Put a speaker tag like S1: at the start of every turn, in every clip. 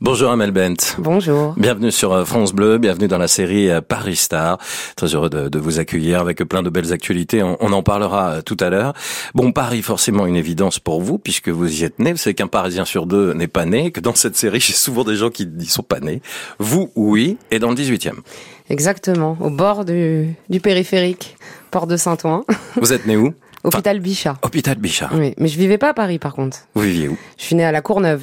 S1: Bonjour Amel Bent.
S2: Bonjour.
S1: Bienvenue sur euh, France Bleu, bienvenue dans la série euh, Paris Star. Très heureux de, de vous accueillir avec plein de belles actualités. On, on en parlera euh, tout à l'heure. Bon, Paris, forcément une évidence pour vous puisque vous y êtes né. Vous savez qu'un Parisien sur deux n'est pas né, que dans cette série, j'ai souvent des gens qui n'y sont pas nés. Vous, oui, et dans le 18e.
S2: Exactement, au bord du, du périphérique, port de Saint-Ouen,
S1: Vous êtes né où Ah.
S2: hôpital Bichat.
S1: Hôpital Bichard.
S2: Oui, mais je vivais pas à Paris par contre.
S1: Vous viviez où
S2: Je suis née à la Courneuve.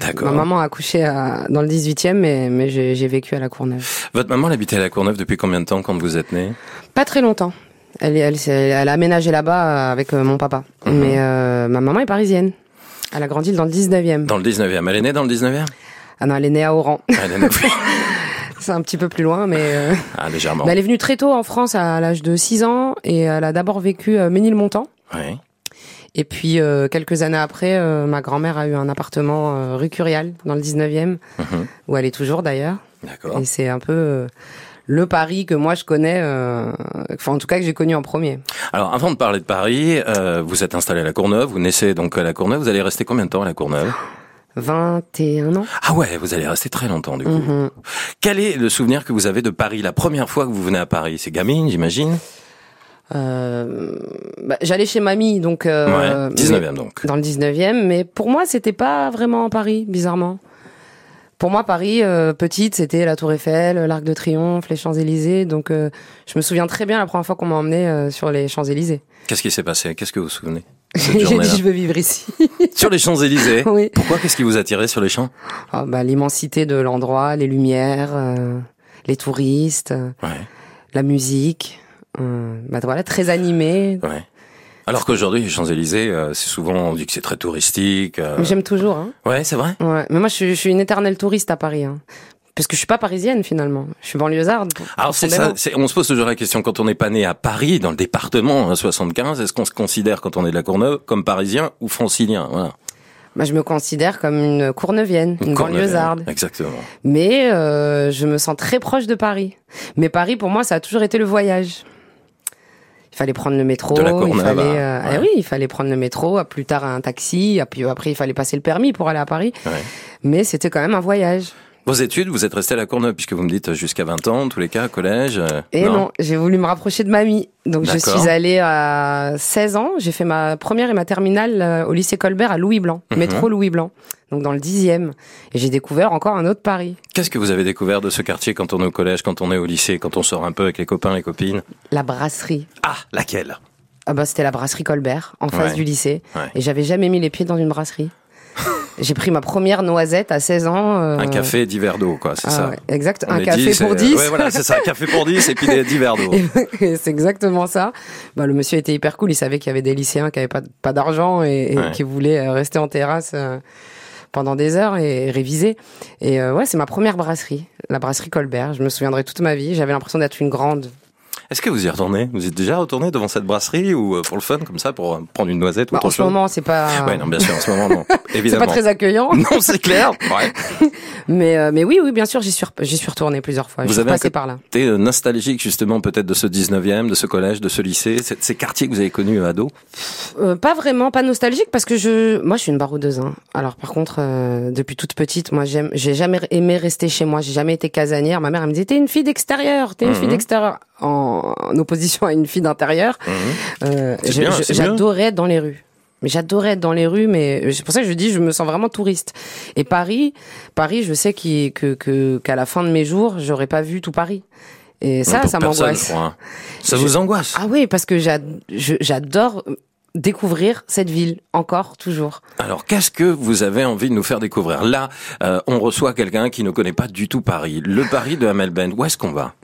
S2: Ma
S1: D'accord.
S2: maman a accouché à- dans le 18e, mais, mais j'ai j'ai vécu à la Courneuve.
S1: Votre maman l'habitait à la Courneuve depuis combien de temps quand vous êtes né
S2: Pas très longtemps. Elle, elle, s'est- elle a aménagé là-bas euh, avec euh, mon papa.
S1: Mhm.
S2: Mais euh, ma maman est parisienne. Elle a grandi dans le 19e.
S1: Dans le 19e. Elle est née dans le 19e
S2: Ah non, elle est née à Oran.
S1: Elle est née...
S2: C'est un petit peu plus loin, mais... euh,
S1: Ah, légèrement.
S2: mais elle est venue très tôt en France à l'âge de 6 ans et elle a d'abord vécu à Ménilmontant.
S1: Oui.
S2: Et puis euh, quelques années après, euh, ma grand-mère a eu un appartement euh, rue Curial dans le 19e,
S1: Mhm.
S2: où elle est toujours d'ailleurs.
S1: D'accord.
S2: Et c'est un peu euh, le Paris que moi je connais, euh, enfin en tout cas que j'ai connu en premier.
S1: Alors, avant de parler de Paris, euh, vous êtes installé à La Courneuve, vous naissez donc à La Courneuve, vous allez rester combien de temps à La Courneuve
S2: 21 ans.
S1: Ah ouais, vous allez rester très longtemps du coup.
S2: Mhm.
S1: Quel est le souvenir que vous avez de Paris la première fois que vous venez à Paris C'est gamine, j'imagine
S2: Euh, bah, J'allais chez mamie, donc euh,
S1: Ouais, 19e donc.
S2: mais- dans le 19e, mais pour moi c'était pas vraiment Paris, bizarrement. Pour moi, Paris, euh, petite, c'était la Tour Eiffel, l'Arc de Triomphe, les Champs-Élysées. Donc, euh, je me souviens très bien la première fois qu'on m'a emmené sur les Champs-Élysées.
S1: Qu'est-ce qui s'est passé Qu'est-ce que vous vous souvenez cette
S2: J'ai
S1: journée-là
S2: dit je veux vivre ici.
S1: Sur les Champs-Élysées
S2: oui.
S1: Pourquoi Qu'est-ce qui vous attirait sur les champs
S2: Ah, bah, L'immensité de l'endroit, les lumières, euh, les touristes, euh,
S1: Ouais,
S2: la musique. euh, bah voilà, très animé.
S1: ouais. Alors qu'aujourd'hui, les Champs-Élysées, euh, c'est souvent, on dit que c'est très touristique. euh,
S2: Mais J'aime toujours. Hein.
S1: Ouais, c'est vrai
S2: Ouais. Mais moi, je, suis- je suis une éternelle touriste à Paris. Hein. Parce que je suis pas parisienne finalement. Je suis banlieusarde.
S1: Alors c'est ça,
S2: profondément.
S1: c'est- on se pose toujours la question quand on n'est pas né à Paris, dans le département hein, 75, est-ce qu'on se considère quand on est de la Courneuve comme parisien ou francilien Voilà.
S2: Moi, Bah, je me considère comme une Courneuvienne, une,
S1: Courneuve.
S2: banlieusarde.
S1: Exactement.
S2: Mais euh, je me sens très proche de Paris. Mais Paris, pour moi, ça a toujours été le voyage. Il fallait prendre le métro,
S1: De la
S2: il
S1: Courneuve
S2: fallait,
S1: à-
S2: euh,
S1: ouais.
S2: eh oui, il fallait prendre le métro, à plus tard un taxi, à puis après il fallait passer le permis pour aller à Paris.
S1: Ouais.
S2: Mais c'était quand même un voyage.
S1: Vos études, vous êtes resté à la Courneuve puisque vous me dites jusqu'à 20 ans, en tous les cas, collège. euh,
S2: Et Eh non, j'ai voulu me rapprocher de mamie. Donc je
S1: D'accord.
S2: suis allée à 16 ans, j'ai fait ma première et ma terminale euh, au lycée Colbert à Louis Blanc,
S1: Mhm.
S2: métro Louis Blanc. Donc dans le 10e et j'ai découvert encore un autre Paris,
S1: Qu'est-ce que vous avez découvert de ce quartier quand on est au collège, quand on est au lycée, quand on sort un peu avec les copains, les copines
S2: la brasserie.
S1: Ah, laquelle
S2: Ah bah c'était la brasserie Colbert en face
S1: Ouais.
S2: du lycée
S1: Ouais.
S2: et j'avais jamais mis les pieds dans une brasserie. j'ai pris ma première noisette à 16 ans. euh,
S1: Un café, 10 verres d'eau, quoi, c'est
S2: ah
S1: ça.
S2: ouais, exact,
S1: On
S2: un
S1: est
S2: café
S1: dix,
S2: pour
S1: et-
S2: 10.
S1: Ouais, voilà, c'est ça, un café pour 10 et puis des 10 verres d'eau.
S2: Et c'est exactement ça. Bah, le monsieur était hyper cool. Il savait qu'il y avait des lycéens qui avaient pas, pas d'argent et, et
S1: Ouais.
S2: qui voulaient euh, rester en terrasse euh, pendant des heures et, réviser. Et euh, ouais, c'est ma première brasserie, la brasserie Colbert. Je me souviendrai toute ma vie. J'avais l'impression d'être une grande.
S1: Est-ce que vous y retournez Vous y êtes déjà retourné devant cette brasserie ou euh, pour le fun comme ça pour euh, prendre une noisette ou
S2: Bah, en
S1: autre
S2: ce
S1: chose
S2: moment, c'est pas,
S1: Ouais, non, bien sûr, en ce moment non.
S2: Ah. c'est
S1: Évidemment.
S2: pas très accueillant.
S1: Non, c'est clair. Ouais.
S2: Mais, euh, mais oui, oui, bien sûr, j'y suis, rep- j'y suis retournée plusieurs fois.
S1: Vous
S2: je suis
S1: avez un
S2: passée
S1: co-
S2: par là.
S1: T'es euh, nostalgique justement peut-être de ce 19e, de ce collège, de ce lycée, ces, ces quartiers que vous avez connus euh, ado.
S2: Euh, pas vraiment, pas nostalgique parce que je, moi, je suis une baroudeuse. Hein. Alors par contre, euh, depuis toute petite, moi, j'aime, j'ai jamais aimé rester chez moi. J'ai jamais été casanière. Ma mère elle me disait, t'es une fille d'extérieur, t'es une
S1: Mhm.
S2: fille d'extérieur, en, en opposition à une fille d'intérieur. Euh,
S1: C'est
S2: je-
S1: bien,
S2: je-
S1: c'est bien.
S2: j'adorais être dans les rues. Mais j'adorais être dans les rues, mais c'est pour ça que je dis, je me sens vraiment touriste. Et Paris, Paris, je sais qu'il- que que qu'à la fin de mes jours, j'aurais pas vu tout Paris. Et ça,
S1: Pour
S2: ça
S1: personne, je
S2: m'angoisse.
S1: crois, hein. Ça
S2: Je-
S1: vous angoisse
S2: Ah oui, parce que j'a- je- j'adore euh, découvrir cette ville, encore, toujours.
S1: Alors, qu'est-ce que vous avez envie de nous faire découvrir Là, euh, on reçoit quelqu'un qui ne connaît pas du tout Paris, le Paris de Hamel Bent. Où est-ce qu'on va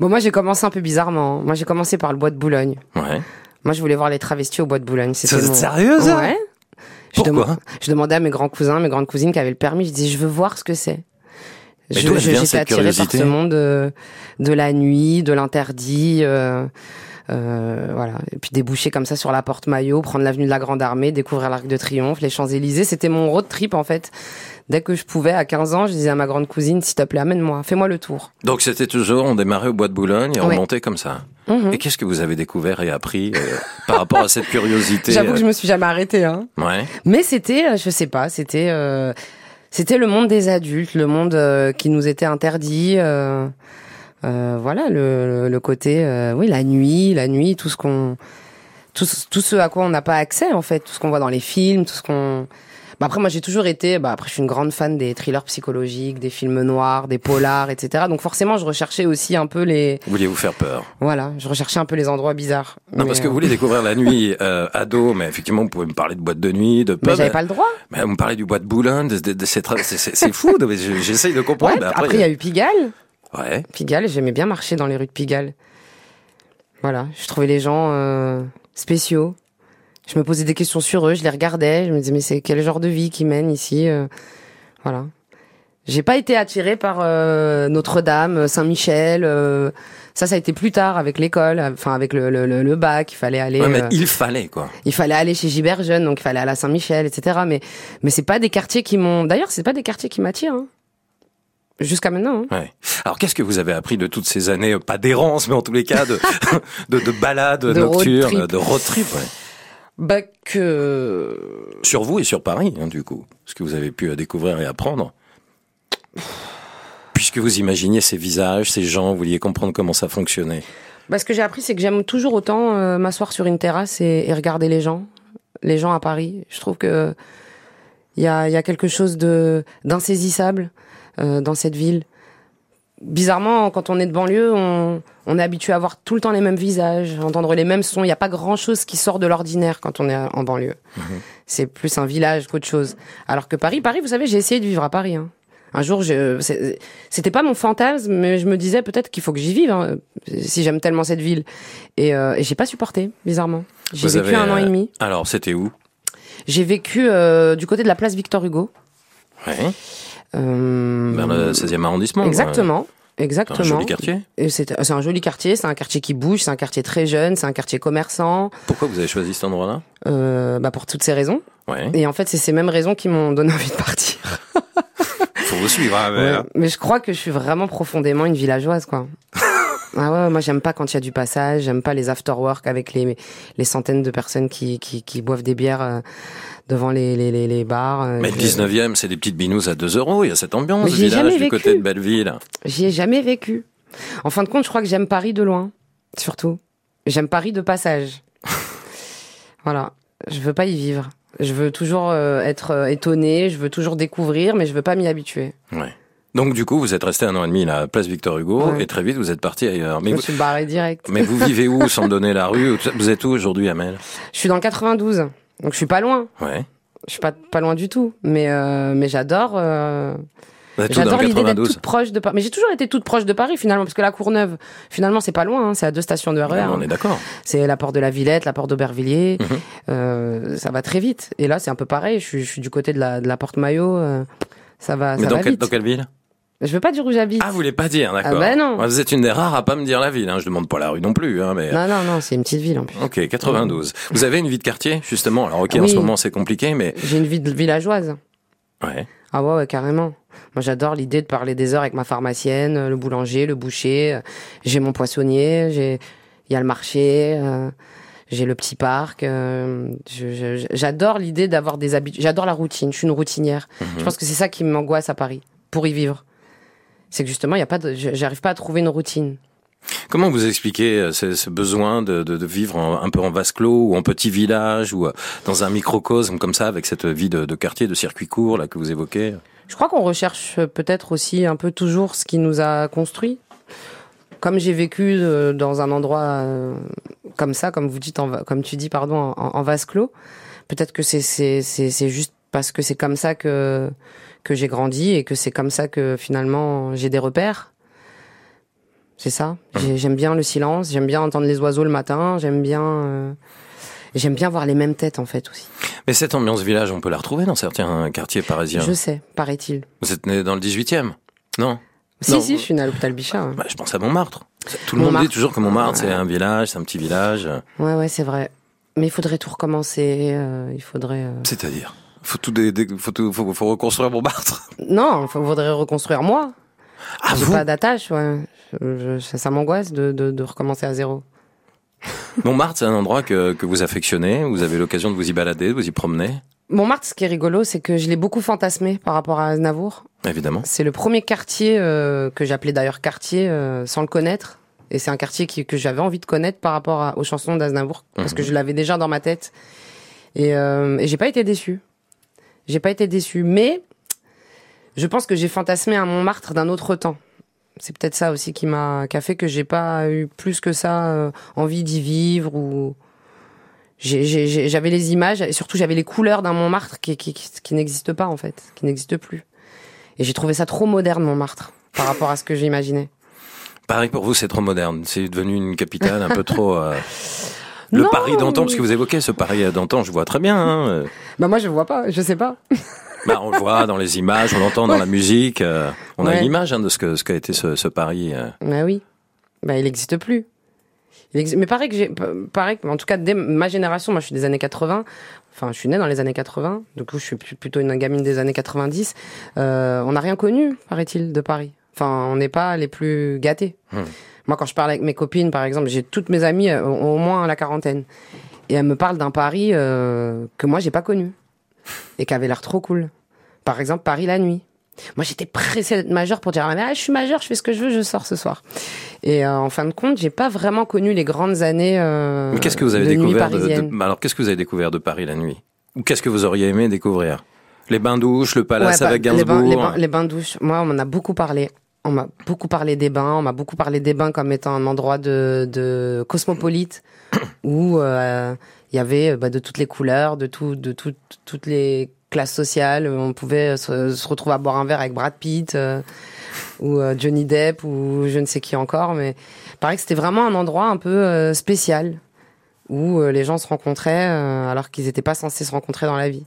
S2: Bon, moi j'ai commencé un peu bizarrement. hein. Moi j'ai commencé par le bois de Boulogne.
S1: Ouais.
S2: Moi je voulais voir les travestis au bois de Boulogne. C'était
S1: Vous êtes
S2: mon-
S1: sérieuse, hein
S2: Ouais. Je,
S1: Pourquoi
S2: demande- je demandais à mes grands cousins, mes grandes cousines qui avaient le permis, je disais je veux voir ce que c'est.
S1: Mais d'où elle vient, cette
S2: attirée par
S1: curiosité
S2: ce monde euh, de, la nuit, de l'interdit, euh, euh, voilà. Et puis déboucher comme ça sur la porte maillot, prendre l'avenue de la Grande Armée, découvrir l'Arc de Triomphe, les Champs Élysées. C'était mon road trip en fait. Dès que je pouvais, à 15 ans, je disais à ma grande cousine, s'il te plaît, amène-moi, fais-moi le tour.
S1: Donc, c'était toujours, on démarrait au bois de Boulogne et on
S2: Ouais.
S1: montait comme ça.
S2: Mhm.
S1: Et qu'est-ce que vous avez découvert et appris euh, par rapport à cette curiosité
S2: J'avoue que je
S1: euh,
S2: me suis jamais arrêtée. Hein.
S1: Ouais.
S2: Mais c'était, euh, je sais pas, c'était euh, C'était le monde des adultes, le monde euh, qui nous était interdit. euh, euh, voilà le, le- le côté, euh, oui, la nuit, la nuit, tout ce qu'on, tout, ce- tout ce à quoi on n'a pas accès en fait, tout ce qu'on voit dans les films, tout ce qu'on. Bah après, moi, j'ai toujours été. Bah après, je suis une grande fan des thrillers psychologiques, des films noirs, des polars, etc. Donc forcément, je recherchais aussi un peu les,
S1: Vous vouliez vous faire peur.
S2: voilà, je recherchais un peu les endroits bizarres.
S1: Non,
S2: Mais,
S1: parce que
S2: euh,
S1: vous voulez découvrir la nuit euh, ado, mais effectivement, vous pouvez me parler de boîte de nuit, de
S2: Mais
S1: pub.
S2: j'avais pas le droit.
S1: Mais vous me parlez du bois de Boulogne, de, de- de ces tra- c'est- c'est c'est fou. de- je- J'essaye de
S2: Ouais,
S1: comprendre. mais euh,
S2: après, il y a eu Pigalle.
S1: Ouais.
S2: Pigalle, j'aimais bien marcher dans les rues de Pigalle. Voilà, je trouvais les gens euh, spéciaux. Je me posais des questions sur eux, je les regardais, je me disais mais c'est quel genre de vie qu'ils mènent ici euh, Voilà. J'ai pas été attirée par euh, Notre-Dame, Saint-Michel. euh, ça, ça a été plus tard avec l'école, euh, enfin avec le, le, le, le bac, il fallait aller.
S1: Ouais, mais
S2: euh,
S1: il fallait quoi.
S2: il fallait aller chez Gibert jeune, donc il fallait aller à Saint-Michel, etc. Mais mais c'est pas des quartiers qui m'ont. D'ailleurs, c'est pas des quartiers qui m'attirent. hein. Jusqu'à maintenant. hein.
S1: Ouais. Alors qu'est-ce que vous avez appris de toutes ces années, euh, pas d'errance, mais en tous les cas de de, de balades
S2: De road
S1: nocturnes,
S2: trip.
S1: de road trip ouais.
S2: Bah que
S1: sur vous et sur Paris, hein, du coup, ce que vous avez pu euh, découvrir et apprendre. Puisque vous imaginiez ces visages, ces gens, vous vouliez comprendre comment ça fonctionnait.
S2: Bah, ce que j'ai appris, c'est que j'aime toujours autant euh, m'asseoir sur une terrasse et, et regarder les gens, les gens à Paris. Je trouve que il y a, il y a quelque chose de d'insaisissable euh, dans cette ville. Bizarrement, quand on est de banlieue, on, on est habitué à voir tout le temps les mêmes visages, entendre les mêmes sons. Il n'y a pas grand-chose qui sort de l'ordinaire quand on est en banlieue.
S1: Mhm.
S2: C'est plus un village qu'autre chose. Alors que Paris, Paris, vous savez, j'ai essayé de vivre à Paris. hein. Un jour, je, c'est- c'était pas mon fantasme, mais je me disais peut-être qu'il faut que j'y vive. hein si j'aime tellement cette ville. Et, euh, et j'ai pas supporté, bizarrement. J'ai
S1: Vous
S2: vécu
S1: avez,
S2: un an
S1: euh,
S2: et demi.
S1: Alors c'était où
S2: J'ai vécu euh, du côté de la place Victor Hugo.
S1: ouais.
S2: Euh,
S1: Vers le 16e arrondissement. euh, quoi.
S2: exactement. Exactement.
S1: Un joli quartier.
S2: Et C'est c'est un joli quartier, c'est un quartier qui bouge, c'est un quartier très jeune, c'est un quartier commerçant,
S1: Pourquoi vous avez choisi cet endroit-là
S2: euh, bah pour toutes ces raisons.
S1: Ouais.
S2: Et en fait, c'est ces mêmes raisons qui m'ont donné envie de partir.
S1: Faut vous suivre. hein, mais,
S2: Ouais.
S1: hein.
S2: Mais je crois que je suis vraiment profondément une villageoise, quoi. ah ouais, moi j'aime pas quand il y a du passage, j'aime pas les after-work avec les, les centaines de personnes qui, qui, qui boivent des bières euh, devant les, les, les, les bars. euh,
S1: Mais le
S2: je-
S1: 19e, c'est des petites binous à 2 euros. Il y a cette ambiance.
S2: Mais j'y ai
S1: village
S2: jamais
S1: du
S2: vécu.
S1: côté de Belleville.
S2: J'y ai jamais vécu. En fin de compte, je crois que j'aime Paris de loin, surtout. J'aime Paris de passage. voilà, je veux pas y vivre. Je veux toujours euh, être euh, étonnée, je veux toujours découvrir, mais je veux pas m'y habituer.
S1: Ouais. Donc du coup, vous êtes resté un an et demi là, à place Victor Hugo,
S2: Ouais.
S1: et très vite vous êtes parti ailleurs. Mais
S2: je
S1: vous,
S2: me suis barrée direct.
S1: mais vous vivez où sans me donner la rue ou tout ça Vous êtes où aujourd'hui, Amel
S2: Je suis dans le 92, donc je suis pas loin.
S1: Ouais.
S2: Je suis pas pas loin du tout, mais euh, mais j'adore. euh,
S1: Vous êtes où dans
S2: J'adore
S1: le
S2: l'idée d'être
S1: 92
S2: toute proche de Paris. Mais j'ai toujours été toute proche de Paris finalement, parce que la Courneuve, finalement, c'est pas loin. hein, c'est à deux stations de RER.
S1: Ouais, On
S2: hein.
S1: est d'accord.
S2: C'est la porte de la Villette, la porte d'Aubervilliers.
S1: Mhm.
S2: Euh, ça va très vite. Et là, c'est un peu pareil. Je suis, je suis du côté de la, de la porte Maillot. euh, ça va,
S1: Mais
S2: ça
S1: dans,
S2: va
S1: quelle-
S2: vite.
S1: dans quelle ville
S2: Je veux pas dire où j'habite.
S1: Ah, vous voulez pas dire, d'accord.
S2: Ah bah non.
S1: Ouais, Vous êtes une des rares à pas me dire la ville. Hein. Je demande pas la rue non plus, hein, mais.
S2: non, non, non, c'est une petite ville en plus.
S1: Ok, 92. Vous avez une vie de quartier, justement. Alors ok,
S2: Ah
S1: en
S2: oui.
S1: ce moment c'est compliqué, mais
S2: J'ai une vie de villageoise.
S1: ouais.
S2: Ah ouais, ouais, carrément. Moi, j'adore l'idée de parler des heures avec ma pharmacienne, euh, le boulanger, le boucher. euh, J'ai mon poissonnier, j'ai, il y a le marché, euh, j'ai le petit parc. euh, je- je- J'adore l'idée d'avoir des habitudes. J'adore la routine. Je suis une routinière. Je pense que c'est ça qui m'angoisse à Paris pour y vivre. C'est que justement, il y a pas, de... je- j'arrive pas à trouver une routine.
S1: Comment vous expliquez euh, ce, ce besoin de, de, de vivre en- un peu en vase clos ou en petit village ou euh, dans un microcosme comme ça avec cette vie de, de quartier, de circuit court là que vous évoquez
S2: Je crois qu'on recherche euh, peut-être aussi un peu toujours ce qui nous a construit. Comme j'ai vécu euh, dans un endroit euh, comme ça, comme vous dites, en va- comme tu dis, pardon, en, en vase clos, peut-être que c'est c'est c'est c'est juste parce que c'est comme ça que que j'ai grandi et que c'est comme ça que finalement j'ai des repères. C'est ça. J'ai- J'aime bien le silence. J'aime bien entendre les oiseaux le matin. J'aime bien. euh, J'aime bien voir les mêmes têtes en fait aussi.
S1: Mais cette ambiance village, on peut la retrouver dans certains quartiers parisiens.
S2: Je sais, paraît-il.
S1: Vous êtes né dans le 18e Non Non.
S2: Si si, je suis née à l'hôpital Bichat. hein.
S1: Bah, Je pense à Montmartre. Tout le monde dit
S2: Montmartre.
S1: toujours que Montmartre, c'est
S2: Ouais.
S1: un village, c'est un petit village.
S2: Ouais, ouais, c'est vrai. Mais il faudrait tout recommencer. euh, il faudrait. euh,
S1: C'est-à-dire faut tout, dé- dé- faut, tout- faut, faut reconstruire Montmartre.
S2: Non, il faudrait reconstruire moi.
S1: Ah,
S2: J'ai
S1: vous
S2: pas d'attache, ouais. Je- je- ça ça m'angoisse de, de, de recommencer à zéro.
S1: Montmartre, c'est un endroit que, que vous affectionnez, vous avez l'occasion de vous y balader, de vous y promener.
S2: Montmartre, ce qui est rigolo, c'est que je l'ai beaucoup fantasmé par rapport à Aznavour.
S1: Évidemment.
S2: C'est le premier quartier euh, que j'appelais d'ailleurs quartier euh, sans le connaître. Et c'est un quartier qui, que j'avais envie de connaître par rapport à- aux chansons d'Aznavour, parce que je l'avais déjà dans ma tête. Et, euh, et j'ai pas été déçue. J'ai pas été déçue. Mais je pense que j'ai fantasmé un Montmartre d'un autre temps. C'est peut-être ça aussi qui m'a qui a fait que j'ai pas eu plus que ça euh, envie d'y vivre ou j'ai- j'ai- j'ai- j'avais les images et surtout j'avais les couleurs d'un Montmartre qui qui, qui, qui n'existe pas en fait, qui n'existe plus. Et j'ai trouvé ça trop moderne Montmartre par rapport à ce que j'imaginais.
S1: Paris pour vous, c'est trop moderne. C'est devenu une capitale un peu trop. euh, Le
S2: Non.
S1: Paris d'antan, parce que vous évoquez ce Paris euh, d'antan, je vois très bien. Hein. euh.
S2: Bah moi je vois pas, je sais pas.
S1: Bah, on le voit dans les images, on l'entend dans la musique. euh, on a
S2: Ouais.
S1: une image hein, de ce que ce qu'a été ce, ce Paris. euh.
S2: Bah oui. Bah il n'existe plus. Il exi- Mais pareil que j'ai, pa- pareil que, en tout cas, dès ma génération, moi je suis des années 80. Enfin, je suis née dans les années 80. Du coup, je suis pu- plutôt une gamine des années 90. Euh, on n'a rien connu, paraît-il, de Paris. Enfin, on n'est pas les plus gâtés.
S1: Hmm.
S2: Moi, quand je parle avec mes copines, par exemple, j'ai toutes mes amies euh, ont au moins la quarantaine. Et elles me parlent d'un Paris euh, que moi j'ai pas connu. Et qui avait l'air trop cool. Par exemple, Paris la nuit. Moi, j'étais pressée d'être majeure pour dire à ma mère, Ah, je suis majeure, je fais ce que je veux, je sors ce soir. Et euh, en fin de compte, j'ai pas vraiment connu les grandes années. euh,
S1: Mais qu'est-ce que vous avez
S2: de nuit
S1: découvert de,
S2: parisienne.
S1: de- alors qu'est-ce que vous avez découvert de Paris la nuit Ou qu'est-ce que vous auriez aimé découvrir Les bains douches, le palace
S2: Ouais, bah,
S1: avec
S2: les
S1: Gainsbourg.
S2: bains, les, bains, les bains douches. Moi, on m'en a beaucoup parlé. On m'a beaucoup parlé des bains. On m'a beaucoup parlé des bains comme étant un endroit de, de cosmopolite où euh, il y avait bah, de toutes les couleurs, de tout, de tout, toutes les classes sociales. On pouvait se, se retrouver à boire un verre avec Brad Pitt euh, ou euh, Johnny Depp ou je ne sais qui encore. Mais pareil que c'était vraiment un endroit un peu euh, spécial où euh, les gens se rencontraient euh, alors qu'ils n'étaient pas censés se rencontrer dans la vie.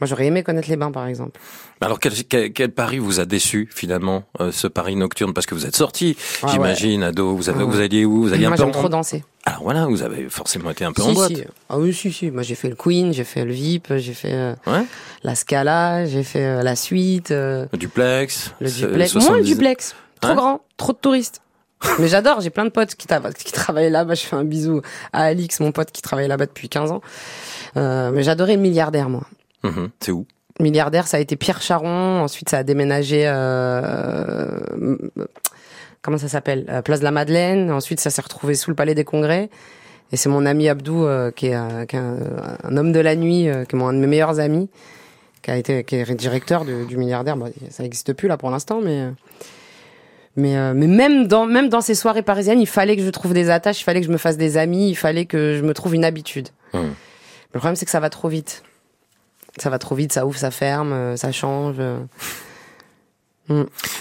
S2: Moi, j'aurais aimé connaître les bains, par exemple.
S1: Alors quel, quel, quel Paris vous a déçu finalement euh, ce Paris nocturne parce que vous êtes sorti,
S2: Ah ouais.
S1: j'imagine, ado. Vous avez,
S2: Ah ouais.
S1: vous alliez où Vous alliez
S2: Moi,
S1: un peu.
S2: j'aime
S1: en-
S2: trop danser.
S1: Alors voilà, vous avez forcément été un peu en
S2: Si,
S1: boîte.
S2: si. Ah oui, si, si. Moi, j'ai fait le Queen, j'ai fait le VIP, j'ai fait euh,
S1: Ouais.
S2: la Scala, j'ai fait euh, la Suite, euh,
S1: Le duplex.
S2: le
S1: ce-
S2: duplex. Moi, le
S1: 70.
S2: duplex. Trop
S1: Hein
S2: grand, trop de touristes. Mais j'adore, j'ai plein de potes qui, tava- qui travaillent là-bas. Je fais un bisou à Alix, mon pote qui travaille là-bas depuis 15 ans. Euh, mais j'adorais le milliardaire, moi.
S1: Mhm. C'est où
S2: Milliardaire, ça a été Pierre Charon. Ensuite, ça a déménagé. euh, euh, comment ça s'appelle Euh, Place de la Madeleine. Ensuite, ça s'est retrouvé sous le Palais des Congrès. Et c'est mon ami Abdou, euh, qui est, euh, qui est un, un homme de la nuit, euh, qui est mon- un de mes meilleurs amis, qui a été qui est directeur du, du Milliardaire. Bon, ça n'existe plus là pour l'instant, mais mais euh, mais même dans même dans ces soirées parisiennes, il fallait que je trouve des attaches, il fallait que je me fasse des amis, il fallait que je me trouve une habitude.
S1: Hmm.
S2: Le problème, c'est que ça va trop vite. Ça va trop vite, ça ouvre, ça ferme, euh, ça change. euh.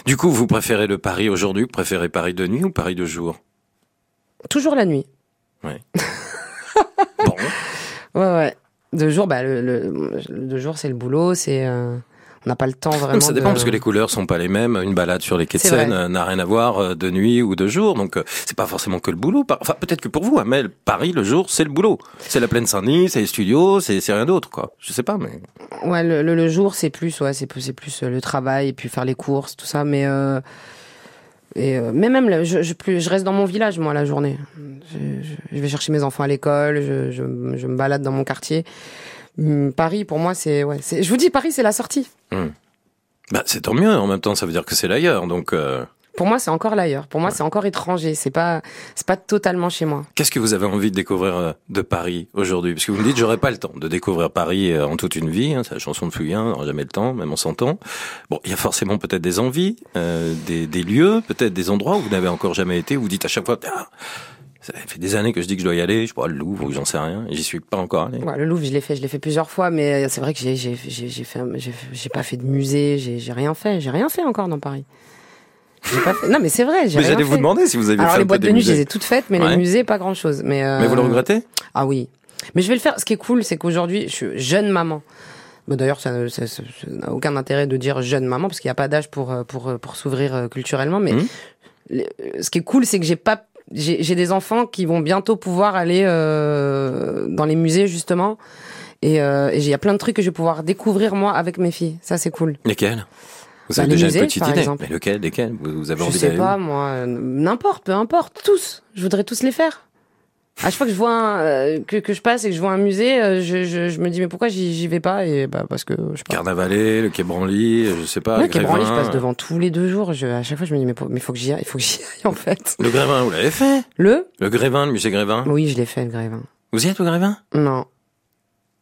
S1: Du coup, vous préférez le Paris aujourd'hui vous Préférez Paris de nuit ou Paris de jour
S2: Toujours la nuit.
S1: Bon.
S2: Ouais, ouais. De jour, bah, le, le, de jour, c'est le boulot, c'est. euh, on n'a pas le temps vraiment.
S1: ça dépend
S2: de-
S1: parce que les couleurs sont pas les mêmes. Une balade sur les quais de
S2: C'est
S1: Seine
S2: vrai.
S1: euh, n'a rien à voir euh, de nuit ou de jour, donc euh, c'est pas forcément que le boulot. Par- Enfin, peut-être que pour vous, Amel, Paris le jour, c'est le boulot, c'est la plaine Saint-Denis, c'est les studios, c'est c'est rien d'autre, quoi. Je sais pas, mais
S2: Ouais, le, le, le jour, c'est plus, ouais, c'est plus, c'est plus euh, le travail et puis faire les courses, tout ça. Mais euh, et euh, mais même, là, je, je, plus, je reste dans mon village moi la journée. Je, je, je vais chercher mes enfants à l'école, je, je, je me balade dans mon quartier. Hum, Paris, pour moi, c'est ouais. c'est- Je vous dis, Paris, c'est la sortie.
S1: bah c'est tant mieux. En même temps, ça veut dire que c'est l'ailleurs. Donc, euh,
S2: Pour moi, c'est encore l'ailleurs. Pour moi, c'est encore étranger. C'est pas, c'est pas totalement chez moi.
S1: qu'est-ce que vous avez envie de découvrir euh, de Paris aujourd'hui Parce que vous me dites, j'aurais pas le temps de découvrir Paris euh, en toute une vie. hein, c'est la chanson de Fugain, on n'aura jamais le temps, même en s'entend. Bon, il y a forcément peut-être des envies, euh, des, des lieux, peut-être des endroits où vous n'avez encore jamais été. Où vous dites à chaque fois. Ah, Ça fait des années que je dis que je dois y aller, je crois le Louvre ou j'en sais rien, et j'y suis pas encore allé.
S2: Ouais, le Louvre, je l'ai fait, je l'ai fait plusieurs fois, mais c'est vrai que j'ai, j'ai, j'ai, j'ai fait, un- j'ai, j'ai pas fait de musée, j'ai, j'ai rien fait, j'ai rien fait encore dans Paris. J'ai pas fait- Non, mais c'est vrai, j'ai
S1: Mais
S2: rien
S1: j'allais vous
S2: fait.
S1: demander si vous aviez
S2: Alors
S1: fait
S2: les
S1: un
S2: boîtes
S1: peu
S2: de
S1: des
S2: nuit, je les
S1: musées.
S2: ai toutes faites, mais
S1: Ouais.
S2: les musées, pas grand chose. Mais, euh,
S1: Mais vous le regrettez
S2: Ah oui. Mais je vais le faire. Ce qui est cool, c'est qu'aujourd'hui, je suis jeune maman. Bah, D'ailleurs, ça ne- ça- ça- ça n'a aucun intérêt de dire jeune maman parce qu'il n'y a pas d'âge pour euh, pour euh, pour s'ouvrir euh, culturellement. Mais
S1: Mhm.
S2: le- euh, ce qui est cool, c'est que j'ai pas j'ai j'ai des enfants qui vont bientôt pouvoir aller euh, dans les musées justement. Et euh, et j'ai- il y a plein de trucs que je vais pouvoir découvrir moi avec mes filles. Ça, c'est cool.
S1: Lesquels Vous
S2: Bah,
S1: avez
S2: les
S1: déjà
S2: musées,
S1: une petite
S2: par
S1: idée.
S2: exemple.
S1: Mais lequel Lesquels vous, vous avez
S2: Je
S1: envie
S2: sais
S1: d'aller
S2: pas
S1: où
S2: moi, euh, n'importe, peu importe, tous. Je voudrais tous les faire. À chaque fois que je vois un, euh, que, que je passe et que je vois un musée, euh, je, je, je me dis mais pourquoi j'y j'y vais pas et bah parce que je sais pas.
S1: Carnavalet, le Quai Branly, je sais pas.
S2: Ouais, Quai Branly, je
S1: Grévin.
S2: passe devant tous les deux jours. Je, à chaque fois, je me dis mais pour- mais faut que j'y aille, il faut que j'y aille en fait.
S1: Le Grévin, vous l'avez fait
S2: Le
S1: Le Grévin, le musée Grévin.
S2: Oui, je l'ai fait le Grévin.
S1: Vous y êtes au Grévin
S2: Non,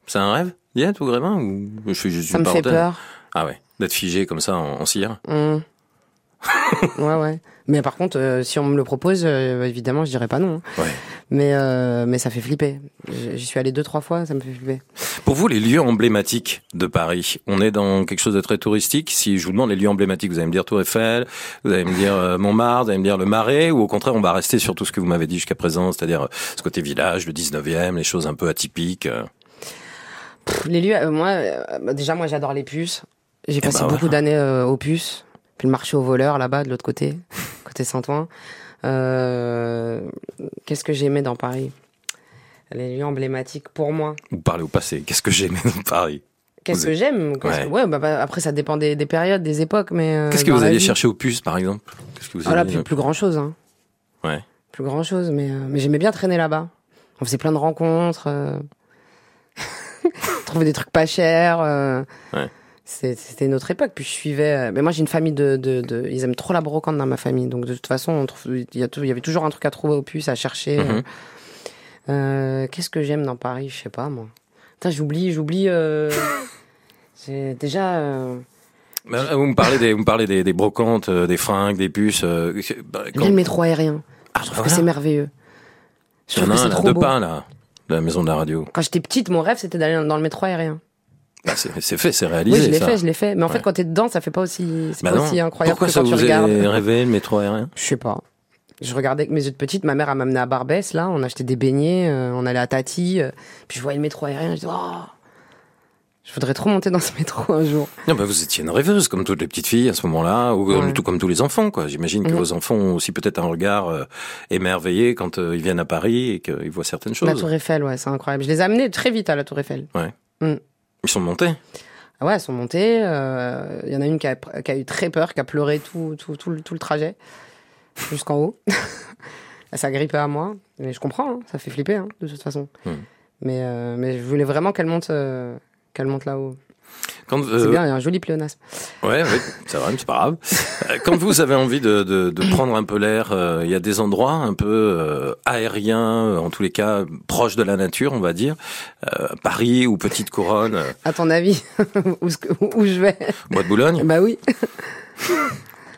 S1: C'est un rêve D'y être au Grévin ou je suis juste une
S2: ça me fait
S1: parenthèse
S2: peur.
S1: Ah ouais, d'être figé comme ça en, en cire.
S2: Hum. Mmh. ouais, ouais. Mais par contre, euh, si on me le propose, euh, évidemment, je dirais pas non. hein.
S1: Ouais.
S2: Mais euh, mais ça fait flipper. J- J'y suis allée deux trois fois, ça me fait flipper.
S1: Pour vous, les lieux emblématiques de Paris, on est dans quelque chose de très touristique. Si je vous demande les lieux emblématiques, vous allez me dire Tour Eiffel, vous allez me dire euh, Montmartre, vous allez me dire le Marais, ou au contraire, on va rester sur tout ce que vous m'avez dit jusqu'à présent, c'est-à-dire euh, ce côté village, le 19e, les choses un peu atypiques. euh.
S2: Pff, Les lieux, euh, moi, euh, bah, déjà, moi, j'adore les puces. J'ai passé
S1: bah,
S2: beaucoup
S1: voilà.
S2: d'années euh, aux puces. Puis le marché aux voleurs, là-bas, de l'autre côté, côté Saint-Ouen. Euh, Qu'est-ce que j'aimais dans Paris Les lieux emblématiques pour moi.
S1: Vous parlez au passé. Qu'est-ce que j'aimais dans Paris
S2: Qu'est-ce
S1: Vous-
S2: que j'aime Qu'est-ce que-
S1: Ouais.
S2: ouais, bah, bah, Après, ça dépend des, des périodes, des époques, mais... euh,
S1: Qu'est-ce que
S2: dans
S1: vous
S2: la
S1: alliez
S2: vie-
S1: chercher aux puces, par exemple Qu'est-ce que vous
S2: Ah là,
S1: alliez-
S2: plus, plus grand-chose. Hein.
S1: Ouais.
S2: Plus grand-chose, mais, euh, mais j'aimais bien traîner là-bas. On faisait plein de rencontres. euh, trouver des trucs pas chers. euh,
S1: Ouais.
S2: c'est- C'était notre époque. Puis je suivais... euh, Mais moi, j'ai une famille de, de, de- Ils aiment trop la brocante dans ma famille. Donc de toute façon, on trouve- il y, a tout- il y avait toujours un truc à trouver aux puces, à chercher. euh.
S1: Mhm.
S2: Euh, Qu'est-ce que j'aime dans Paris Je sais pas, moi. Putain, j'oublie, j'oublie... euh, j'ai Déjà... euh,
S1: Mais, euh, Vous me parlez des, vous me parlez des, des brocantes, euh, des fringues, des puces. euh, c'est- bah, quand-
S2: J'aime le métro aérien.
S1: Ah,
S2: Je
S1: bah
S2: trouve que
S1: voilà.
S2: c'est merveilleux.
S1: Il
S2: Je
S1: y
S2: trouve
S1: en a
S2: que
S1: un,
S2: c'est
S1: là,
S2: trop
S1: deux
S2: beau.
S1: pas, là, de la maison de la radio.
S2: Quand j'étais petite, mon rêve, c'était d'aller dans le métro aérien.
S1: Bah, c'est c'est fait, c'est
S2: Oui,
S1: réalisé.
S2: je l'ai
S1: ça.
S2: fait, je l'ai fait. Mais en
S1: Ouais.
S2: fait, quand t'es dedans, ça fait pas aussi, c'est
S1: Bah
S2: pas
S1: non.
S2: aussi incroyable
S1: Pourquoi
S2: que
S1: ça
S2: quand tu
S1: vous
S2: regardes.
S1: est rêvé le métro aérien
S2: Je sais pas. Je regardais avec mes yeux de petite, ma mère, elle m'amenait à Barbès, là, on achetait des beignets, euh, on allait à Tati, euh, puis je voyais le métro aérien, je disais, oh, je voudrais trop monter dans ce métro un jour.
S1: Non, bah vous étiez une rêveuse comme toutes les petites filles à ce moment-là, ou comme-
S2: Ouais.
S1: tout comme tous les enfants, quoi. J'imagine que
S2: Mhm.
S1: vos enfants ont aussi peut-être un regard euh, émerveillé quand euh, ils viennent à Paris et qu'ils voient certaines
S2: La
S1: choses.
S2: Tour Eiffel, ouais, c'est incroyable. Je les amenais très vite à la Tour Eiffel.
S1: Ils sont montés.
S2: Ah ouais, elles sont montées. euh, Il y en a une qui a, qui a eu très peur, qui a pleuré tout, tout, tout, le, tout le trajet jusqu'en haut. elle s'agrippait à moi. Mais je comprends, hein, ça fait flipper hein, de toute façon.
S1: Hmm.
S2: Mais, euh, mais je voulais vraiment qu'elle monte, euh, qu'elle monte là-haut.
S1: Quand euh,
S2: C'est bien, il y a un joli pléonasme.
S1: Ouais, ouais, c'est vrai, mais c'est pas grave. Euh, Quand vous avez envie de, de, de prendre un peu l'air, euh, il y a des endroits un peu euh, aériens, euh, en tous les cas proches de la nature, on va dire. Euh, Paris ou Petite Couronne, euh,
S2: À ton avis, où, ce que- où je vais
S1: Bois de Boulogne.
S2: Bah oui.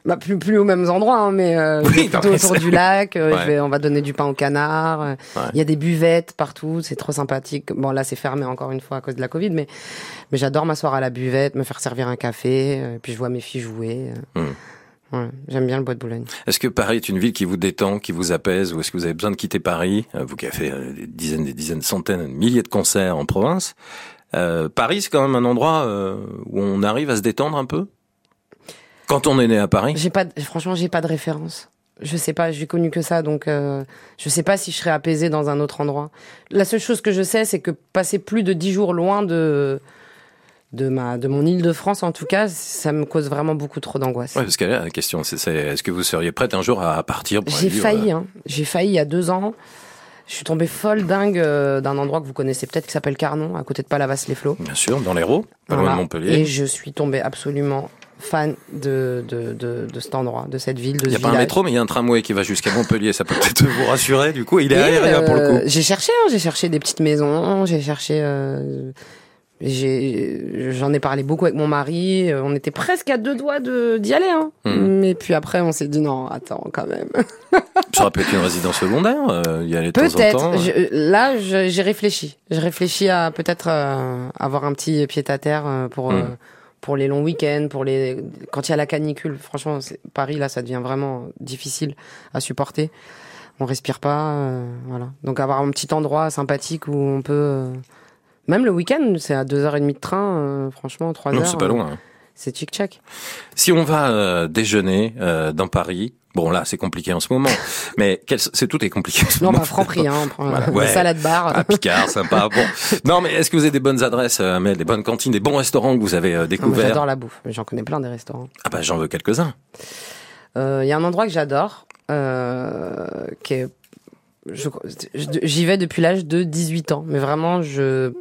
S2: bah plus, plus aux mêmes endroits, hein, mais euh, je
S1: Oui,
S2: vais
S1: non,
S2: plutôt
S1: mais
S2: autour
S1: c'est-
S2: du lac. euh, je
S1: Ouais.
S2: vais- on va donner du pain aux canards. euh, Il
S1: Ouais.
S2: y a des buvettes partout, c'est trop sympathique. Bon là c'est fermé encore une fois à cause de la Covid, mais mais j'adore m'asseoir à la buvette, me faire servir un café, euh, puis je vois mes filles jouer. euh.
S1: Hmm.
S2: Ouais, j'aime bien le bois de Boulogne.
S1: Est-ce que Paris est une ville qui vous détend, qui vous apaise, ou est-ce que vous avez besoin de quitter Paris, euh, vous qui avez fait euh, des dizaines, des dizaines, centaines, milliers de concerts en province euh, Paris, c'est quand même un endroit euh, où on arrive à se détendre un peu quand on est né à Paris.
S2: J'ai pas, de- franchement, j'ai pas de référence. Je sais pas, j'ai connu que ça, donc euh, je sais pas si je serais apaisée dans un autre endroit. La seule chose que je sais, c'est que passer plus de dix jours loin de de ma de mon Île-de-France, en tout cas, ça me cause vraiment beaucoup trop d'angoisse.
S1: Ouais, parce que là, la question, c'est c'est, est-ce que vous seriez prête un jour à partir pour
S2: J'ai
S1: aller vivre,
S2: failli, hein. j'ai failli il y a deux ans. Je suis tombée folle dingue euh, d'un endroit que vous connaissez peut-être qui s'appelle Carnon, à côté de Palavas-les-Flots.
S1: euh, Bien sûr, dans l'Hérault, pas loin
S2: Voilà.
S1: de
S2: Et
S1: Montpellier.
S2: je suis tombée absolument fan de de de, de cet endroit, de cette ville, de
S1: Il n'y
S2: ce
S1: a pas un
S2: village.
S1: métro, mais il y a un tramway qui va jusqu'à Montpellier. Ça peut peut-être vous rassurer. Du coup, il est
S2: Et,
S1: aérien pour le
S2: euh,
S1: coup.
S2: J'ai cherché, hein, j'ai cherché des petites maisons, j'ai cherché. euh, j'ai- J'en ai, parlé beaucoup avec mon mari. euh, On était presque à deux doigts de d'y aller, hein.
S1: Mhm.
S2: Mais puis après, on s'est dit non, attends quand même.
S1: Ça aurait pu être une résidence secondaire. euh, y aller de temps en temps.
S2: Peut-être. Je- Là, je- j'ai réfléchi. J'ai réfléchi à peut-être euh, avoir un petit pied à terre euh, pour euh,
S1: Mhm.
S2: pour les longs week-ends, pour les quand il y a la canicule. Franchement, c'est- Paris là, ça devient vraiment difficile à supporter. On respire pas, euh, voilà. Donc avoir un petit endroit sympathique où on peut. euh, Même le week-end, c'est à 2h30 de train, euh, franchement, 3
S1: Non,
S2: heures.
S1: c'est pas
S2: euh,
S1: loin. hein.
S2: C'est tchic-tchac.
S1: Si on va euh, déjeuner euh, dans Paris, bon là c'est compliqué en ce moment, mais quel- c'est tout est compliqué. En ce
S2: Non,
S1: moment.
S2: bah, Franprix, hein, on prend
S1: Voilà,
S2: une
S1: ouais.
S2: salade bar.
S1: Ah, Picard, sympa. Bon, non mais est-ce que vous avez des bonnes adresses, euh, Amel, des bonnes cantines, des bons restaurants que vous avez euh,
S2: Non, mais
S1: découverts
S2: Ah, J'adore la bouffe. J'en connais plein des restaurants.
S1: Ah bah j'en veux quelques-uns.
S2: Euh, Il y a un endroit que j'adore, euh, qui est je- je- j'y vais depuis l'âge de 18 ans. Mais vraiment, je,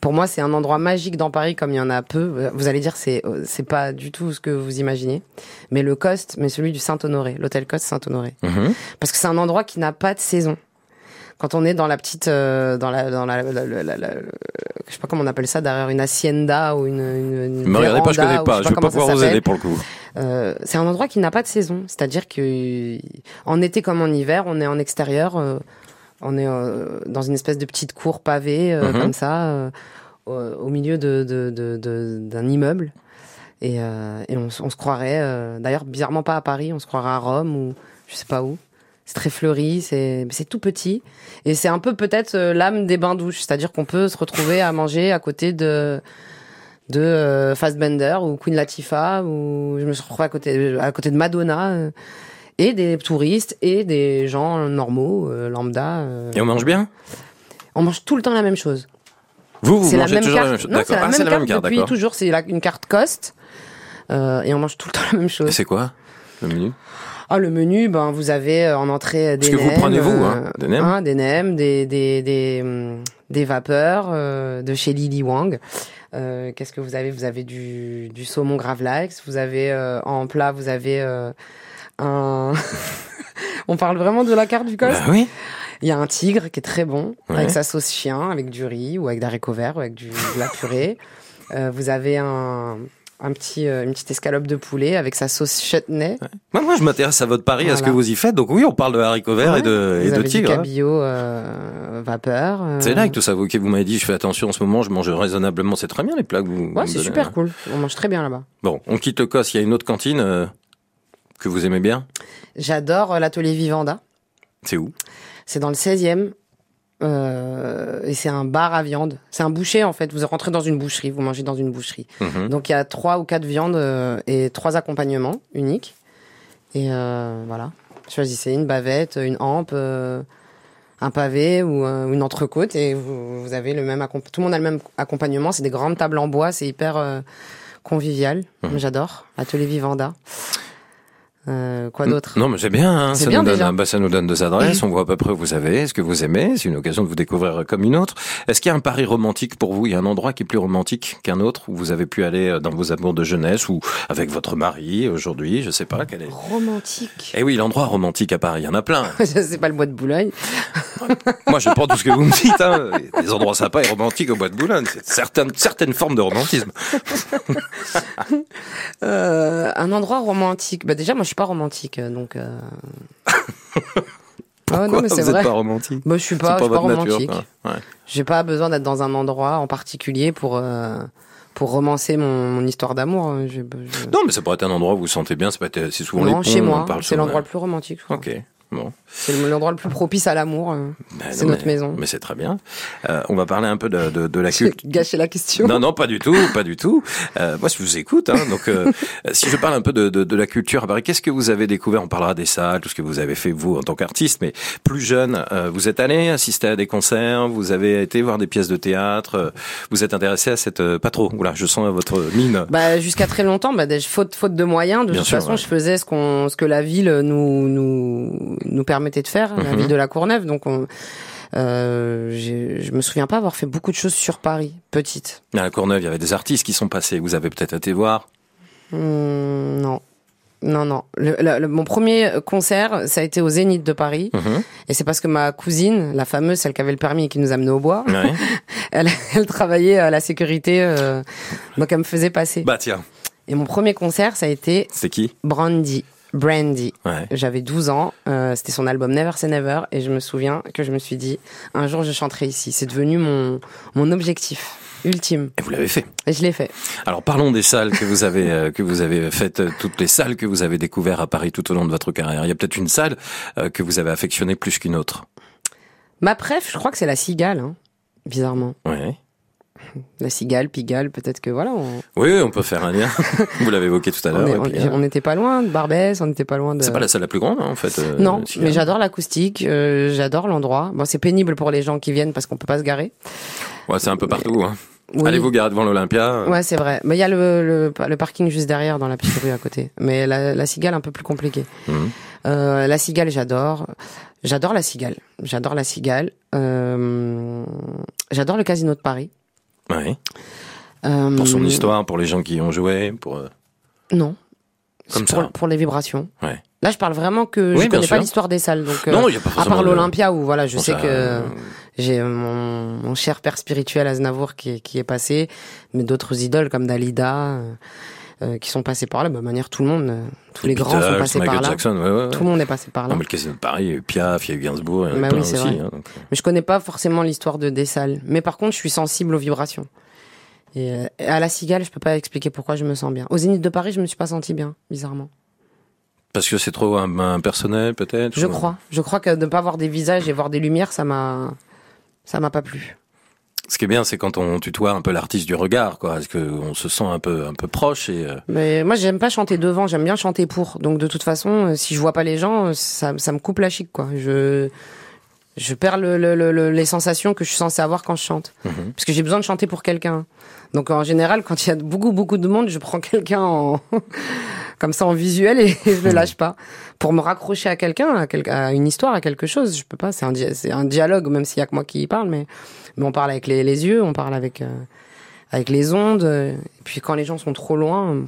S2: pour moi, c'est un endroit magique dans Paris, comme il y en a peu. Vous allez dire, c'est, c'est pas du tout ce que vous imaginez. Mais le Coste, mais celui du Saint-Honoré, l'hôtel Coste Saint-Honoré.
S1: Mhm.
S2: Parce que c'est un endroit qui n'a pas de saison. Quand on est dans la petite, euh, dans la, dans la, la- la- la- la- je sais pas comment on appelle ça, derrière une hacienda ou une, une, une
S1: Mais regardez pas, je
S2: véranda
S1: connais
S2: ou
S1: pas, je vais
S2: comment
S1: pas
S2: ça
S1: pouvoir vous
S2: s'appelle.
S1: aider pour le coup.
S2: Euh, c'est un endroit qui n'a pas de saison. C'est-à-dire que en été comme en hiver, on est en extérieur, euh, on est euh, dans une espèce de petite cour pavée euh,
S1: Mhm.
S2: comme ça, euh, au, au milieu de, de- de- de- d'un immeuble. Et, euh, et on, s- on se croirait, euh, d'ailleurs bizarrement pas à Paris, on se croirait à Rome ou je sais pas où. C'est très fleuri, c'est, c'est tout petit. Et c'est un peu peut-être euh, l'âme des bains-douches. C'est-à-dire qu'on peut se retrouver à manger à côté de, de euh, Fassbender ou Queen Latifah ou je me suis retrouvée à côté à côté de Madonna euh, et des touristes et des gens normaux euh, lambda euh.
S1: Et on mange bien
S2: on mange tout le temps la même chose
S1: Vous, vous
S2: c'est la
S1: mangez
S2: même
S1: toujours
S2: carte
S1: la même chose.
S2: non c'est
S1: D'accord.
S2: la,
S1: Ah,
S2: même,
S1: c'est la
S2: carte
S1: même carte,
S2: depuis
S1: d'accord.
S2: toujours c'est la- une carte cost euh, et on mange tout le temps la même
S1: Et
S2: chose
S1: C'est quoi le menu
S2: ah le menu ben vous avez euh, en entrée euh,
S1: Parce
S2: des
S1: que vous
S2: nems,
S1: prenez, vous,
S2: euh,
S1: hein, des nems.
S2: des nems des des des, hum, des vapeurs euh, de chez Lily Wang Euh, qu'est-ce que vous avez Vous avez du, du saumon gravlax. Vous avez euh, en plat, vous avez euh, un. On parle vraiment de la carte du col.
S1: Bah oui.
S2: Il y a un tigre qui est très bon
S1: Ouais.
S2: avec sa sauce chien, avec du riz ou avec des haricots verts ou avec du, de la purée. Euh, vous avez un, un petit euh, une petite escalope de poulet avec sa sauce chutney.
S1: Moi, moi, je m'intéresse à votre Paris, à ce que
S2: Voilà.
S1: vous y faites. Donc oui, on parle de haricots verts et de,
S2: vous
S1: et de
S2: avez du
S1: tigres. hein.
S2: cabillaud euh, vapeur. euh.
S1: C'est là que tout ça, vous, que vous m'avez dit, je fais attention en ce moment, je mange raisonnablement, c'est très bien les plats que vous
S2: Ouais,
S1: me
S2: c'est
S1: donnez,
S2: super
S1: hein.
S2: cool. On mange très bien là-bas.
S1: Bon, on quitte le COS, il y a une autre cantine euh, que vous aimez bien.
S2: J'adore euh, l'atelier Vivanda.
S1: C'est où
S2: C'est dans le 16e. euh, et c'est un bar à viande. C'est un boucher en fait. Vous rentrez dans une boucherie, vous mangez dans une boucherie.
S1: Mhm.
S2: Donc il y a trois ou quatre viandes euh, et trois accompagnements uniques. Et euh, voilà. Choisissez une bavette, une hampe, euh, un pavé ou euh, une entrecôte et vous, vous avez le même accomp- tout le monde a le même accompagnement. C'est des grandes tables en bois, c'est hyper euh, convivial.
S1: Mmh.
S2: J'adore. Atelier Vivanda. Euh, quoi d'autre
S1: Mmh. Non, mais c'est bien. hein,
S2: C'est
S1: Ça,
S2: bien
S1: nous donne,
S2: déjà.
S1: bah, ça nous donne des adresses. On voit à peu près où vous avez, ce que vous aimez. C'est une occasion de vous découvrir comme une autre. Est-ce qu'il y a un Paris romantique pour vous Il y a un endroit qui est plus romantique qu'un autre où vous avez pu aller euh, dans vos amours de jeunesse ou avec votre mari aujourd'hui Je sais pas quel est.
S2: Romantique.
S1: Eh oui, l'endroit romantique à Paris, il y en a plein.
S2: c'est pas le bois de Boulogne.
S1: Moi, je prends tout ce que vous me dites. Hein. Des endroits sympas et romantiques au Bois de Boulogne, c'est certaines certaines formes de romantisme.
S2: Euh, un endroit romantique. Bah déjà, moi, je suis pas romantique, euh, donc. Euh... Ah ouais, non,
S1: Pourquoi
S2: mais c'est
S1: vous
S2: vrai.
S1: n'êtes pas romantique
S2: Moi, Bah, je suis
S1: C'est
S2: pas, je suis pas
S1: votre nature,
S2: romantique.
S1: quoi. Ouais.
S2: J'ai pas besoin d'être dans un endroit en particulier pour euh, pour romancer mon, mon histoire d'amour. Je- je-
S1: Non, mais ça pourrait être un endroit où vous vous sentez bien. Ça peut être, c'est souvent les
S2: Non,
S1: ponts.
S2: chez moi,
S1: on parle
S2: c'est
S1: souvent-
S2: l'endroit le plus romantique. je crois.
S1: Ok. Bon.
S2: C'est l'endroit le plus propice à l'amour. euh.
S1: Ben
S2: C'est
S1: non,
S2: notre
S1: mais-
S2: maison.
S1: Mais c'est très bien. Euh, on va parler un peu de, de, de la
S2: J'ai
S1: culture.
S2: gâché la question.
S1: Non, non, pas du tout, pas du tout. Euh, moi, je vous écoute. Hein, donc, euh, si je parle un peu de, de, de la culture, à Paris, qu'est-ce que vous avez découvert On parlera des salles, tout ce que vous avez fait vous en tant qu'artiste, mais plus jeune, euh, vous êtes allé assister à des concerts, vous avez été voir des pièces de théâtre, euh, vous êtes intéressé à cette euh, pas trop. Oula, je sens votre mine.
S2: Bah, jusqu'à très longtemps, bah, des- faute, faute de moyens, de
S1: Bien
S2: toute
S1: sûr,
S2: façon,
S1: ouais.
S2: je faisais ce qu'on, ce que la ville nous, nous, nous permettait de faire, la
S1: Mhm.
S2: ville de la Courneuve. Donc, on, euh, j'ai- je me souviens pas avoir fait beaucoup de choses sur Paris, petite.
S1: À la Courneuve, il y avait des artistes qui sont passés. Vous avez peut-être été voir.
S2: Hum, non. Non, non. Le- le- le- mon premier concert, ça a été au Zénith de Paris.
S1: Mhm.
S2: Et c'est parce que ma cousine, la fameuse, celle qui avait le permis et qui nous amenait au bois,
S1: Ouais.
S2: elle, elle travaillait à la sécurité, euh, donc elle me faisait passer.
S1: bah tiens,
S2: Et mon premier concert, ça a été
S1: c'est qui
S2: Brandy. Brandy.
S1: Ouais.
S2: J'avais 12 ans, euh, c'était son album Never Say Never, et je me souviens que je me suis dit, un jour je chanterai ici. C'est devenu mon, mon objectif ultime.
S1: Et vous l'avez fait.
S2: Et je l'ai fait.
S1: Alors parlons des salles que vous avez euh, que vous avez faites, euh, toutes les salles que vous avez découvertes à Paris tout au long de votre carrière. Il y a peut-être une salle euh, que vous avez affectionnée plus qu'une autre.
S2: Ma préf, je crois que c'est La Cigale, hein, bizarrement.
S1: Ouais.
S2: La Cigale, Pigalle, peut-être que voilà, on,
S1: Oui, oui, on peut faire un lien. vous l'avez évoqué tout à
S2: on
S1: l'heure.
S2: est-
S1: et
S2: on-
S1: puis, euh,
S2: on n'était pas loin de Barbès, on n'était pas loin de...
S1: C'est pas la salle la plus grande hein, en fait. euh,
S2: Non,
S1: si,
S2: mais
S1: hein.
S2: j'adore l'acoustique, euh, j'adore l'endroit. Bon, c'est pénible pour les gens qui viennent parce qu'on peut pas se garer.
S1: Ouais, c'est un peu partout. hein.
S2: Oui.
S1: Allez-vous gare devant l'Olympia euh,
S2: Ouais, c'est vrai. Mais il y a le, le, le parking juste derrière dans la petite rue à côté. Mais la, la cigale, un peu plus compliquée.
S1: Mhm.
S2: Euh, la cigale, j'adore. J'adore la cigale. J'adore la cigale. Euh, j'adore le casino de Paris.
S1: Oui.
S2: Euh,
S1: Pour son histoire, pour les gens qui y ont joué, pour euh,
S2: Non.
S1: Comme
S2: C'est
S1: ça.
S2: Pour, pour les vibrations.
S1: ouais.
S2: Là, je parle vraiment que
S1: Oui,
S2: je
S1: bien
S2: connais
S1: sûr.
S2: pas l'histoire des salles. Donc, euh,
S1: non, il y a pas
S2: à
S1: forcément.
S2: part
S1: de-
S2: l'Olympia où voilà, je
S1: Bon,
S2: sais
S1: ça,
S2: que
S1: euh,
S2: j'ai euh, mon, mon cher père spirituel Aznavour qui, qui est passé, mais d'autres idoles comme Dalida euh, euh, qui sont passées par là. Bah, de manière tout le monde, euh, tous les, grands sont
S1: Beatles,
S2: passés
S1: Michael
S2: par là.
S1: Jackson, ouais, ouais, ouais.
S2: Tout le monde est passé par là.
S1: Non, mais le casino de Paris, il y a eu Piaf, il y a eu Gainsbourg, il y en a
S2: Bah
S1: plein
S2: oui,
S1: aussi.
S2: c'est vrai.
S1: hein, donc, euh,
S2: Mais je connais pas forcément l'histoire de des salles. Mais par contre, je suis sensible aux vibrations. Et euh, et à la cigale, je peux pas expliquer pourquoi je me sens bien. Au Zénith de Paris, je me suis pas senti bien, bizarrement.
S1: parce que c'est trop un, un personnel, peut-être
S2: Je
S1: ou-
S2: crois. Je crois que ne pas voir des visages et voir des lumières, ça m'a, ça m'a pas plu.
S1: Ce qui est bien, c'est quand on tutoie un peu l'artiste du regard, quoi. Parce qu'on se sent un peu, un peu proche et. euh,
S2: Mais moi, j'aime pas chanter devant, j'aime bien chanter pour. Donc de toute façon, euh, si je vois pas les gens, euh, ça, ça me coupe la chic, quoi. Je, je perds le, le- le- le- les sensations que je suis censée avoir quand je chante.
S1: Mhm.
S2: Parce que j'ai besoin de chanter pour quelqu'un. Donc en général, quand il y a beaucoup, beaucoup de monde, je prends quelqu'un en, comme ça en visuel et je le lâche pas. Pour me raccrocher à quelqu'un, à, quel- à une histoire, à quelque chose, je peux pas. C'est un, dia- c'est un dialogue, même s'il y a que moi qui y parle, mais, mais on parle avec les, les yeux, on parle avec, euh, avec les ondes. euh, Et puis quand les gens sont trop loin, euh,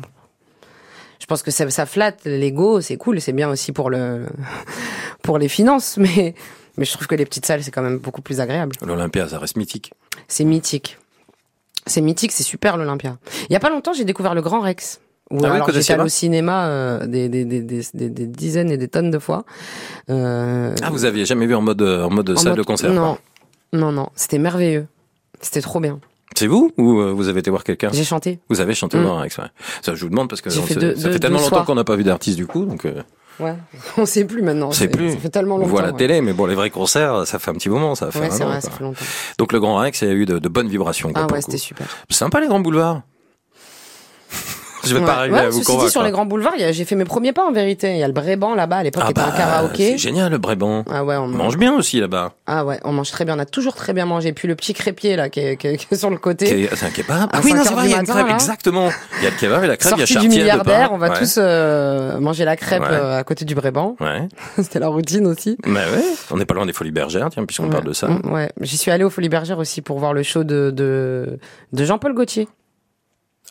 S2: je pense que ça, ça flatte l'ego, c'est cool, c'est bien aussi pour le, pour les finances, mais, mais je trouve que les petites salles, c'est quand même beaucoup plus agréable.
S1: L'Olympia, ça reste mythique.
S2: C'est mythique. C'est mythique, c'est super l'Olympia. Il y a pas longtemps, j'ai découvert le Grand Rex. Ou
S1: Ah oui,
S2: alors
S1: que
S2: j'étais
S1: c'est
S2: allé
S1: là
S2: au cinéma euh, des, des, des, des, des- des dizaines et des tonnes de fois. Euh,
S1: Ah, vous aviez jamais vu en mode, euh, en mode
S2: en
S1: salle
S2: mode-
S1: de concert
S2: Non,
S1: quoi.
S2: non, non, c'était merveilleux. C'était trop bien.
S1: C'est vous ou euh, vous avez été voir quelqu'un
S2: J'ai chanté.
S1: Vous avez chanté
S2: Mm.
S1: au Rex, ouais. Ça, je vous demande parce que
S2: J'ai
S1: on
S2: fait
S1: se-
S2: deux-
S1: ça
S2: deux-
S1: fait tellement
S2: deux
S1: longtemps
S2: soirs.
S1: qu'on n'a pas vu d'artiste du coup, donc euh,
S2: Ouais. On sait plus maintenant.
S1: On sait
S2: c'est-
S1: plus.
S2: Ça fait tellement
S1: on
S2: longtemps.
S1: voit la
S2: ouais.
S1: télé, mais bon, les vrais concerts, ça fait un petit moment, ça fait
S2: Ouais,
S1: un
S2: c'est
S1: an, quoi.
S2: vrai, ça fait longtemps.
S1: Donc le Grand Rex, il y a eu de, de bonnes vibrations. quoi,
S2: Ah
S1: pour
S2: ouais,
S1: le coup.
S2: c'était super.
S1: Sympa les grands boulevards. je vais
S2: Ouais.
S1: pas arriver
S2: Ouais,
S1: à vous
S2: ceci
S1: convaincre.
S2: dit, sur
S1: hein.
S2: les grands boulevards, il y a- j'ai fait mes premiers pas en vérité. Il y a le Brébant là-bas, à l'époque,
S1: ah
S2: qui était
S1: bah,
S2: un karaoké.
S1: c'est génial le Brébant.
S2: Ah ouais, on
S1: On mange bien aussi là-bas.
S2: Ah ouais, on mange très bien, on a toujours très bien mangé. Puis le petit crépier là qui est, qui est- qui est sur le côté,
S1: Qu'est- C'est un kebab.
S2: à
S1: Ah oui, non,
S2: 5
S1: c'est vrai,
S2: heures
S1: il y
S2: du
S1: a une
S2: matin,
S1: crêpe,
S2: là.
S1: exactement. Il y a le kebab et la crêpe, il y a
S2: sorti du
S1: Chartier de
S2: milliardaire,
S1: pain.
S2: on va
S1: Ouais.
S2: tous euh, manger la crêpe
S1: Ouais.
S2: euh, à côté du Brébant.
S1: Ouais.
S2: C'était la routine aussi.
S1: Mais ouais. On n'est pas loin des Folies Bergères, tiens, puisqu'on
S2: Ouais.
S1: parle de ça.
S2: Mm, Ouais, j'y suis allée au Folie Bergère aussi pour voir le show de de, de Jean-Paul Gaultier.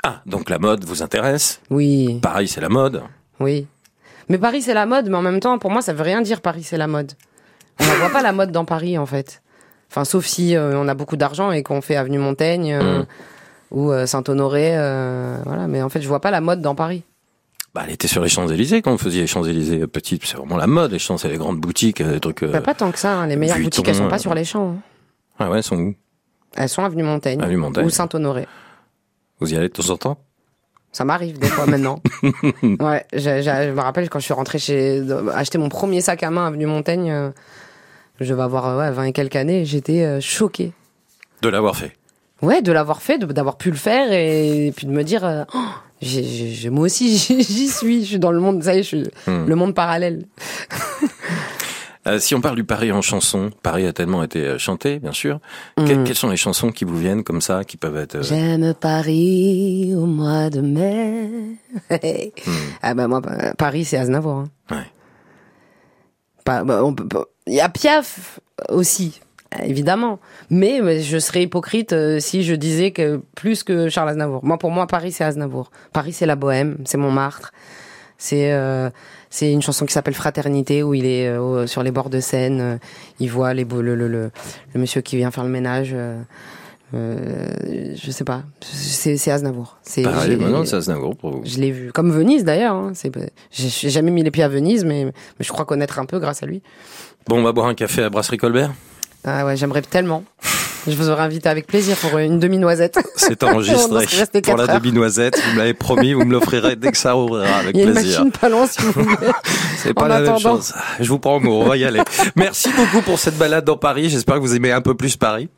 S1: Ah, donc la mode vous intéresse.
S2: Oui,
S1: Pareil, c'est la mode.
S2: oui. Mais Paris c'est la mode, mais en même temps pour moi ça veut rien dire Paris c'est la mode. On ne voit pas la mode dans Paris en fait. Enfin sauf si euh, on a beaucoup d'argent et qu'on fait avenue Montaigne euh,
S1: Mm.
S2: ou euh, Saint-Honoré, euh, voilà. Mais en fait je vois pas la mode dans Paris.
S1: Bah, elle était sur les Champs-Élysées quand vous faisiez les Champs-Élysées euh, petites. C'est vraiment la mode, les Champs, c'est les grandes boutiques, euh, des trucs. euh,
S2: Bah, pas tant que ça. hein. Les meilleures
S1: Vuitton,
S2: boutiques, elles sont
S1: euh,
S2: pas sur les champs. hein.
S1: Ah ouais, elles sont où
S2: Elles sont avenue Montaigne,
S1: Avenue Montaigne.
S2: ou Saint-Honoré.
S1: Vous y allez de temps en temps
S2: Ça m'arrive des fois maintenant. ouais, je, je- je me rappelle quand je suis rentrée chez acheter mon premier sac à main avenue Montaigne. euh, je vais avoir euh, ouais, 20 et quelques années. J'étais euh, choquée.
S1: De l'avoir fait.
S2: Ouais, de l'avoir fait, de- d'avoir pu le faire et, puis de me dire, euh, Oh, j'ai- j'ai- j'ai- moi aussi j'y j'y suis. Je suis dans le monde, ça y est, je suis
S1: Hmm.
S2: le monde parallèle.
S1: Euh, si on parle du Paris en chanson, Paris a tellement été euh, chanté, bien sûr. Que-
S2: Hmm.
S1: quelles sont les chansons qui vous viennent comme ça, qui peuvent être... euh,
S2: J'aime Paris au mois de mai. Ah bah moi, pa- Paris, c'est Aznavour. hein.
S1: Hmm. Ouais.
S2: Pas- bah, on peut pas- Il y a Piaf aussi, euh, évidemment. Mais, mais je serais hypocrite euh, si je disais que plus que Charles Aznavour. Moi, pour moi, Paris, c'est Aznavour. Paris, c'est la Bohème, c'est Montmartre. C'est euh, c'est une chanson qui s'appelle Fraternité où il est euh, au- sur les bords de Seine. euh, il voit les beaux- le, le, le, le monsieur qui vient faire le ménage. euh, euh, je sais pas. C'est c'est Aznavour. C'est-
S1: Paris,
S2: j'ai-
S1: bah non, c'est Aznavour pour vous.
S2: je l'ai vu. Comme Venise d'ailleurs. Hein. C'est, j'ai, j'ai jamais mis les pieds à Venise, mais, mais je crois connaître un peu grâce à lui.
S1: Bon, on va boire un café à Brasserie Colbert.
S2: Ah ouais, j'aimerais tellement. Je vous aurais invité avec plaisir pour une demi-noisette.
S1: C'est
S2: On en
S1: enregistré
S2: serait resté
S1: pour la
S2: quatre heures.
S1: demi-noisette. Vous me l'avez promis, vous me l'offrirez dès que ça ouvrira avec
S2: Il y a une
S1: plaisir.
S2: machine pas loin si vous voulez.
S1: C'est pas
S2: En
S1: la même
S2: attendant.
S1: chose. Je vous prends au mot, on va y aller. Merci beaucoup pour cette balade dans Paris. J'espère que vous aimez un peu plus Paris.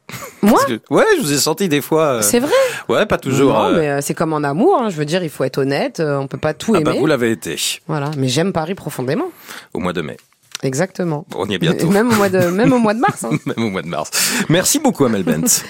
S2: Moi
S1: Parce que- ouais, je vous ai senti des fois. euh,
S2: C'est vrai.
S1: Ouais, pas toujours.
S2: Non,
S1: euh,
S2: mais euh, c'est comme en amour. hein. Je veux dire, il faut être honnête. euh, On peut pas tout
S1: Ah bah
S2: aimer.
S1: vous l'avez été
S2: Voilà. Mais j'aime Paris profondément.
S1: au mois de mai.
S2: Exactement.
S1: Bon, On y est
S2: Et
S1: bientôt,
S2: Même au mois de, même au mois de mars. hein.
S1: même au mois de mars. Merci beaucoup Amel Bent.